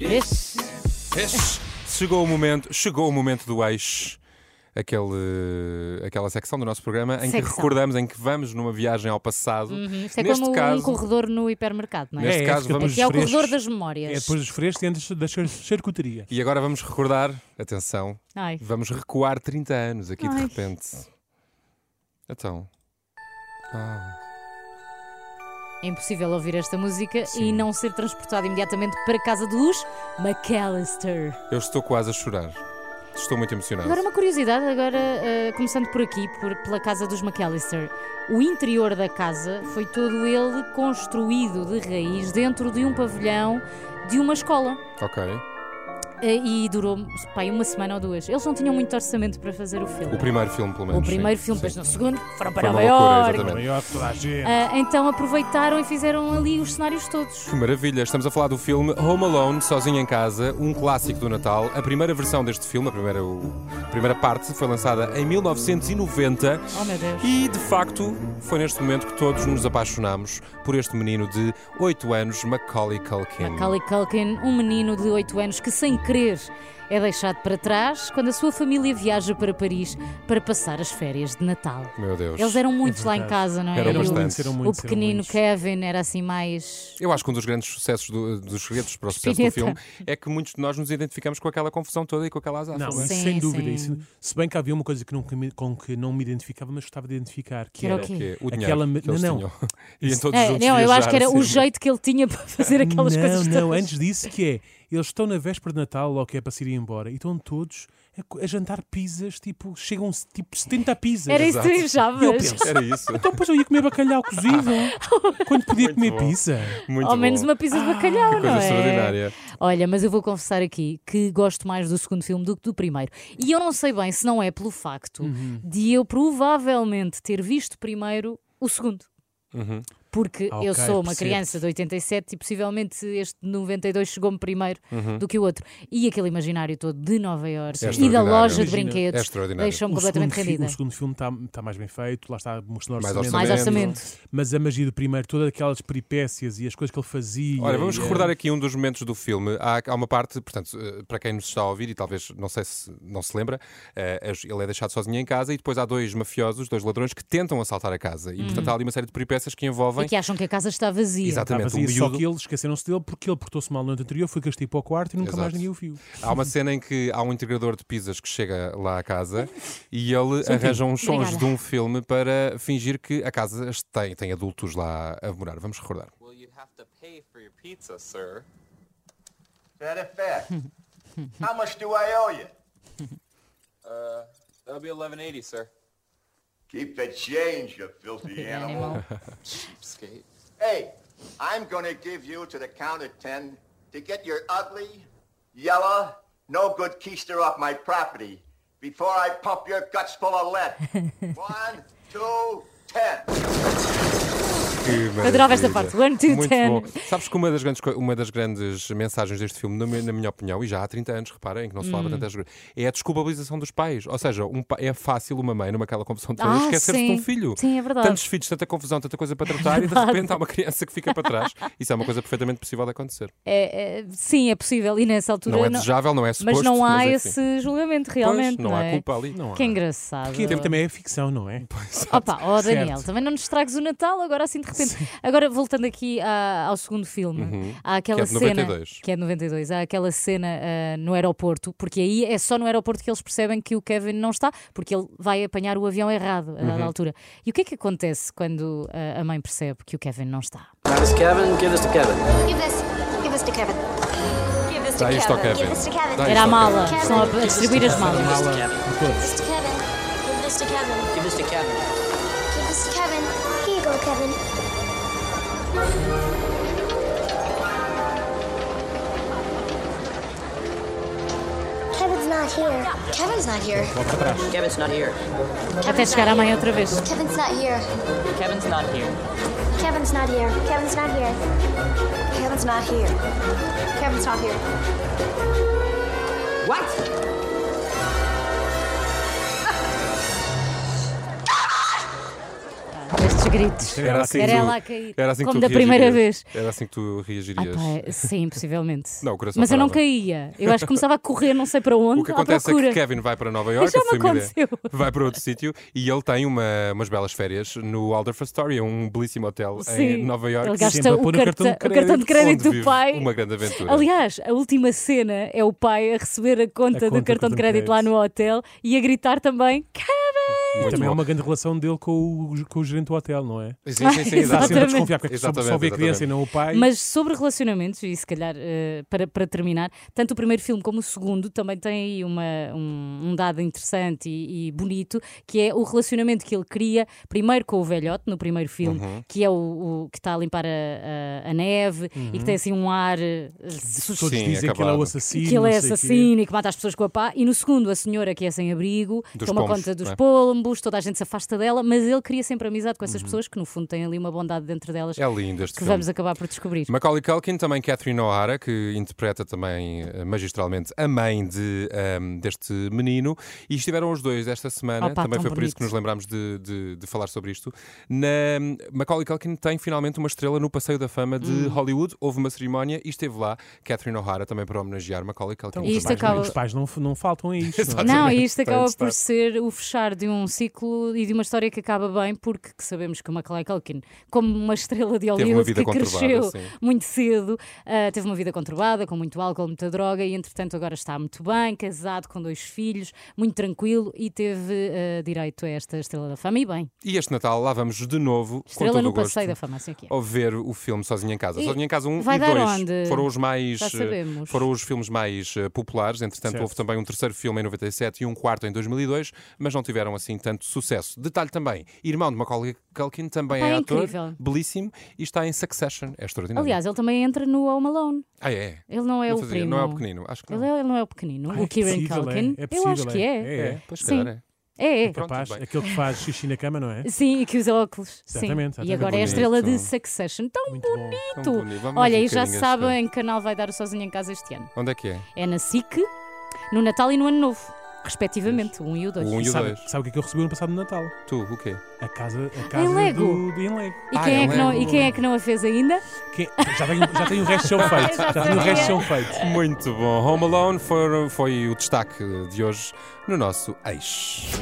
Esse. Chegou o momento, chegou o momento do eixo. Aquele, aquela secção do nosso programa em que Secção. recordamos, em que vamos numa viagem ao passado. Isto é Neste como um caso, corredor no hipermercado, não é? neste É, caso é, vamos Aqui é o frescos. corredor das É memórias. depois dos frescos e antes da char- charcutaria. E agora vamos recordar, atenção, Ai. vamos recuar 30 anos aqui de Ai. repente. Então. Ah. É impossível ouvir esta música e não ser transportado imediatamente para a casa dos McAllister. Eu estou quase a chorar. Estou muito emocionado. Agora uma curiosidade, agora ah, começando por aqui, por- pela casa dos McAllister. O interior da casa foi todo ele construído de raiz dentro de um pavilhão de uma escola. Ok. Ah, e durou pai, uma semana ou duas. Eles não tinham muito orçamento para fazer o filme. O primeiro filme, pelo menos. O primeiro sim. filme, Sim. depois no segundo, foram Foi para uma Nova loucura, York. exatamente. Maior que toda a gente. Ah, então aproveitaram e fizeram ali os cenários todos. Que maravilha! Estamos a falar do filme Home Alone, Sozinho em Casa, um clássico do Natal. A primeira versão deste filme, a primeira, o- a primeira parte, foi lançada em 1990 Oh meu Deus. e, de facto, foi neste momento que todos nos apaixonamos por este menino de 8 anos, Macaulay Culkin. Macaulay Culkin, um menino de 8 anos que, sem querer, é deixado para trás quando a sua família viaja para Paris para passar as férias de Natal. Meu Deus. Eles eram muitos lá em verdade. casa, não é? Eram E o- bastantes. eram o muitos, eram pequenino muitos. Kevin era assim mais. Eu acho que um dos grandes sucessos do- dos segredos para o sucesso do Espinheta. filme é que muitos de nós nos identificamos com aquela confusão toda e com aquela azáfama. Não, Sim, isso sem dúvida. sim. isso- se bem que havia uma coisa que não, que me- com que não me identificava, mas gostava de identificar, que Que era era, o quê? Que é o dinheiro Aquela me- que eles não, não. tinham. Iam todos É, juntos não, eu acho que era viajar, assim. o sim. jeito que ele tinha para fazer aquelas não, coisas Não, todas. antes disso que é, eles estão na véspera de Natal, logo que é para se irem embora, e estão todos a, co- a jantar pizzas, tipo, chegam se tipo 70 pizzas. Era isso que tu Eu achavas. penso, Era isso. então depois eu ia comer bacalhau cozido, quando podia comer bom. pizza. Muito Ao menos bom. uma pizza de bacalhau, Coisa não é? extraordinária. Olha, mas eu vou confessar aqui que gosto mais do segundo filme do que do primeiro. E eu não sei bem se não é pelo facto Uhum. de eu provavelmente ter visto primeiro o segundo. Uhum. Porque Ah, eu ok, sou uma percebo. criança de 87 e possivelmente este de 92 chegou-me primeiro do que o outro. E aquele imaginário todo de Nova Iorque Uhum. e da É extraordinário. loja de Imagina, é brinquedos extraordinário. deixou-me O segundo, completamente fi- rendida. o segundo filme está está mais bem feito, lá está mostrando Mais orçamento. Mais orçamento. orçamento. Mas a magia do primeiro, todas aquelas peripécias e as coisas que ele fazia. Olha, é. vamos e, eh, recordar aqui um dos momentos do filme. Há, há uma parte, portanto, eh, para quem nos está a ouvir e talvez não sei se não se lembra, eh, as- ele é deixado sozinho em casa e depois há dois mafiosos, dois ladrões que tentam assaltar a casa. E portanto há ali uma série de peripécias que Hum. envolvem. E que é- acham que a casa está vazia. Exato. Estava Exatamente, vazia, o só miúdo- que eles esqueceram-se dele porque ele portou-se mal no noite anterior, foi castigo para o quarto e nunca mais Exato. Ah. ninguém o viu. Há uma cena em que há um integrador de pizzas que chega lá à casa e ele arranja uns sons Obrigada. de um filme para fingir que a casa tem, tem adultos lá a morar. Vamos recordar. Well, you'd have to pay for your pizza, sir. That a fact. How much do I owe you? That'll be 1180, sir. Keep the change, you filthy animal. É Animal. Skate. Hey, I'm gonna give you to the count of ten to get your ugly, yellow, no good keister off my property before I pump your guts full of lead. One, two, ten. Que Adorava esta maravilha. parte. One, two, Muito ten. bom. Sabes que uma das, grandes, co- uma das grandes mensagens deste filme, na minha, na minha opinião, e já há 30 anos, reparem, que não Hum. se falava tantas coisas, é a desculpabilização dos pais. Ou seja, um pa- é fácil uma mãe, numa aquela confusão toda, Ah, esquecer-se de um sim. filho. Sim, é verdade. É Tantos filhos, tanta confusão, tanta coisa para tratar, e de repente há uma criança que fica para trás. Isso é uma coisa perfeitamente possível de acontecer. É, é, sim, é possível. E nessa altura. Não é não- desejável, não é suposto. Mas não há enfim. esse julgamento Pois, realmente. não, há é? culpa ali. Não há. Que engraçado. Que também é ficção, não é? Opa, ó Daniel, Certo. também não nos estragues o Natal agora assim de repente. Agora voltando aqui à- ao segundo filme, há aquela Que é de cena 92. que é de 92, há aquela cena ah, no aeroporto, porque aí é só no aeroporto que eles percebem que o Kevin não está, porque ele vai apanhar o avião errado Uhum. a dada altura. E o que é que acontece quando ah, a mãe percebe que o Kevin não está? This Kevin, give this to Kevin. Give this. Give this to Kevin. Give this to Dá isto ao Kevin. Give this to Kevin. Dá Era a Kevin. mala, estão a distribuir as malas. Mala. Kevin. Give this to Kevin. Give this to Kevin. Give this to Kevin. Give this to Kevin. Here you go, Kevin. Kevin's not here. Kevin's not here. Kevin's not here. Até chegar à mãe outra vez. Kevin's not here. Kevin's not here. Kevin's not here. Kevin's not here. Kevin's not here. Kevin's not here. What? Este gritos. Era assim, Era que tu- ela a cair. era assim que como tu da primeira reagirias. vez. Era assim que tu Ah, reagirias. pá, sim, possivelmente. Não, o coração Mas eu não parava. caía. Eu acho que começava a correr, não sei para onde, O que à acontece é procura. que Kevin vai para Nova York, Já a me família aconteceu. vai para outro sítio e ele tem uma- umas belas férias no Alder Astoria, um belíssimo hotel Sim. em Nova York. Ele Sim, gasta para o, pôr no cartão de carta- o cartão de crédito, crédito onde do vive pai. Uma grande aventura. Aliás, a última cena é o pai a receber a conta, do cartão de crédito lá no hotel e a gritar também Kevin! Muito Também há bom. uma grande relação dele com o, com o gerente do hotel, não é? Sim, sim, sim, Ah, Está exato. sempre a Exatamente. desconfiar, porque só, Exatamente, só vê a criança exatamente. e não o pai. Mas sobre relacionamentos, e se calhar eh, para, para terminar, tanto o primeiro filme como o segundo também tem aí uma, um, um dado interessante e, e bonito, que é o relacionamento que ele cria primeiro com o velhote no primeiro filme, que é o, o que está a limpar a, a- a neve e que tem assim um ar eh, sus- Todos Sim, dizem que ele é acabado. o e assassino. que ele é não sei o quê. assassino e que mata as pessoas com a pá. E no segundo, a senhora que é sem abrigo, Dos toma pombos, conta dos não é? pombos, toda a gente se afasta dela, mas ele cria sempre amizade com essas pessoas que, no fundo, têm ali uma bondade dentro delas É lindo este que filme. vamos acabar por descobrir. Macaulay Culkin, também Catherine O'Hara, que interpreta também eh, magistralmente a mãe de, ehm, deste menino. E estiveram os dois esta semana, Opa, também tão foi por isso bonito. que nos lembrámos de, de- de falar sobre isto. Na, Macaulay Culkin tem finalmente uma estrela no Passeio da Fama de Hum. Hollywood. Houve uma cerimónia e esteve lá Catherine O'Hara também para homenagear Macaulay Culkin. E Então, isto também. acaba- Os pais não, não faltam a isto. não é? Exatamente. Não, e isto Tem de acaba estar. por ser o fechar de um ciclo e de uma história que acaba bem, porque que sabemos que o Macaulay Culkin, como uma estrela de uma Hollywood vida que cresceu conturbada, sim. muito cedo, ah, teve uma vida conturbada, com muito álcool, muita droga, e entretanto agora está muito bem, casado, com dois filhos, muito tranquilo, e teve ah, direito a esta estrela da fama, e bem, E este Natal lá vamos de novo, com estrela todo no o gosto, passeio da fama, assim aqui é. ao ver o filme Sozinho em Casa. E Sozinho em Casa 1 vai e dar 2 onde? foram os mais Já eh, sabemos. foram os filmes mais eh, populares. Entretanto, Certo. houve também um terceiro filme em 97 e um quarto em 2002, mas não tiveram assim tanto sucesso. Detalhe também, irmão de Macaulay Culkin também Pá, é é ator, incrível. belíssimo e está em Succession, é extraordinário. Aliás, ele também entra no Home Alone, ah, é. ele não é Não o fazia- primo. não é o pequenino, acho que não. Ele, é- ele não é o pequenino, Ah, o é Kieran possível, é? Culkin. É Eu possível, acho que é. É, é. Pois, se Sim. calhar é. É, é. Pronto, Capaz, bem. aquele que faz xixi na cama, não é? Sim, e que usa óculos. Sim. Exatamente, E agora é a exatamente. estrela de Bonito. Succession. Tão Muito bom. Tão bonito. bonito. Vamos Olha, um e já bocadinho sabem em que canal vai dar o Sozinho em Casa este ano. esta- Onde é que é? É na SIC, no Natal e no Ano Novo, respectivamente, o 1 e o 2. O 1 e o Sabe, 2. sabe o que é que eu recebi no passado Natal? Tu, o quê? A casa, a casa Lego. do, do em Lego. E Ah, quem, eu é que não, e lembro. quem é que não a fez ainda? Quem- já, tenho, já tenho o resto são feito. já Já tenho o sabia. resto são feito. Muito bom. Home Alone foi, foi o destaque de hoje no nosso Eix.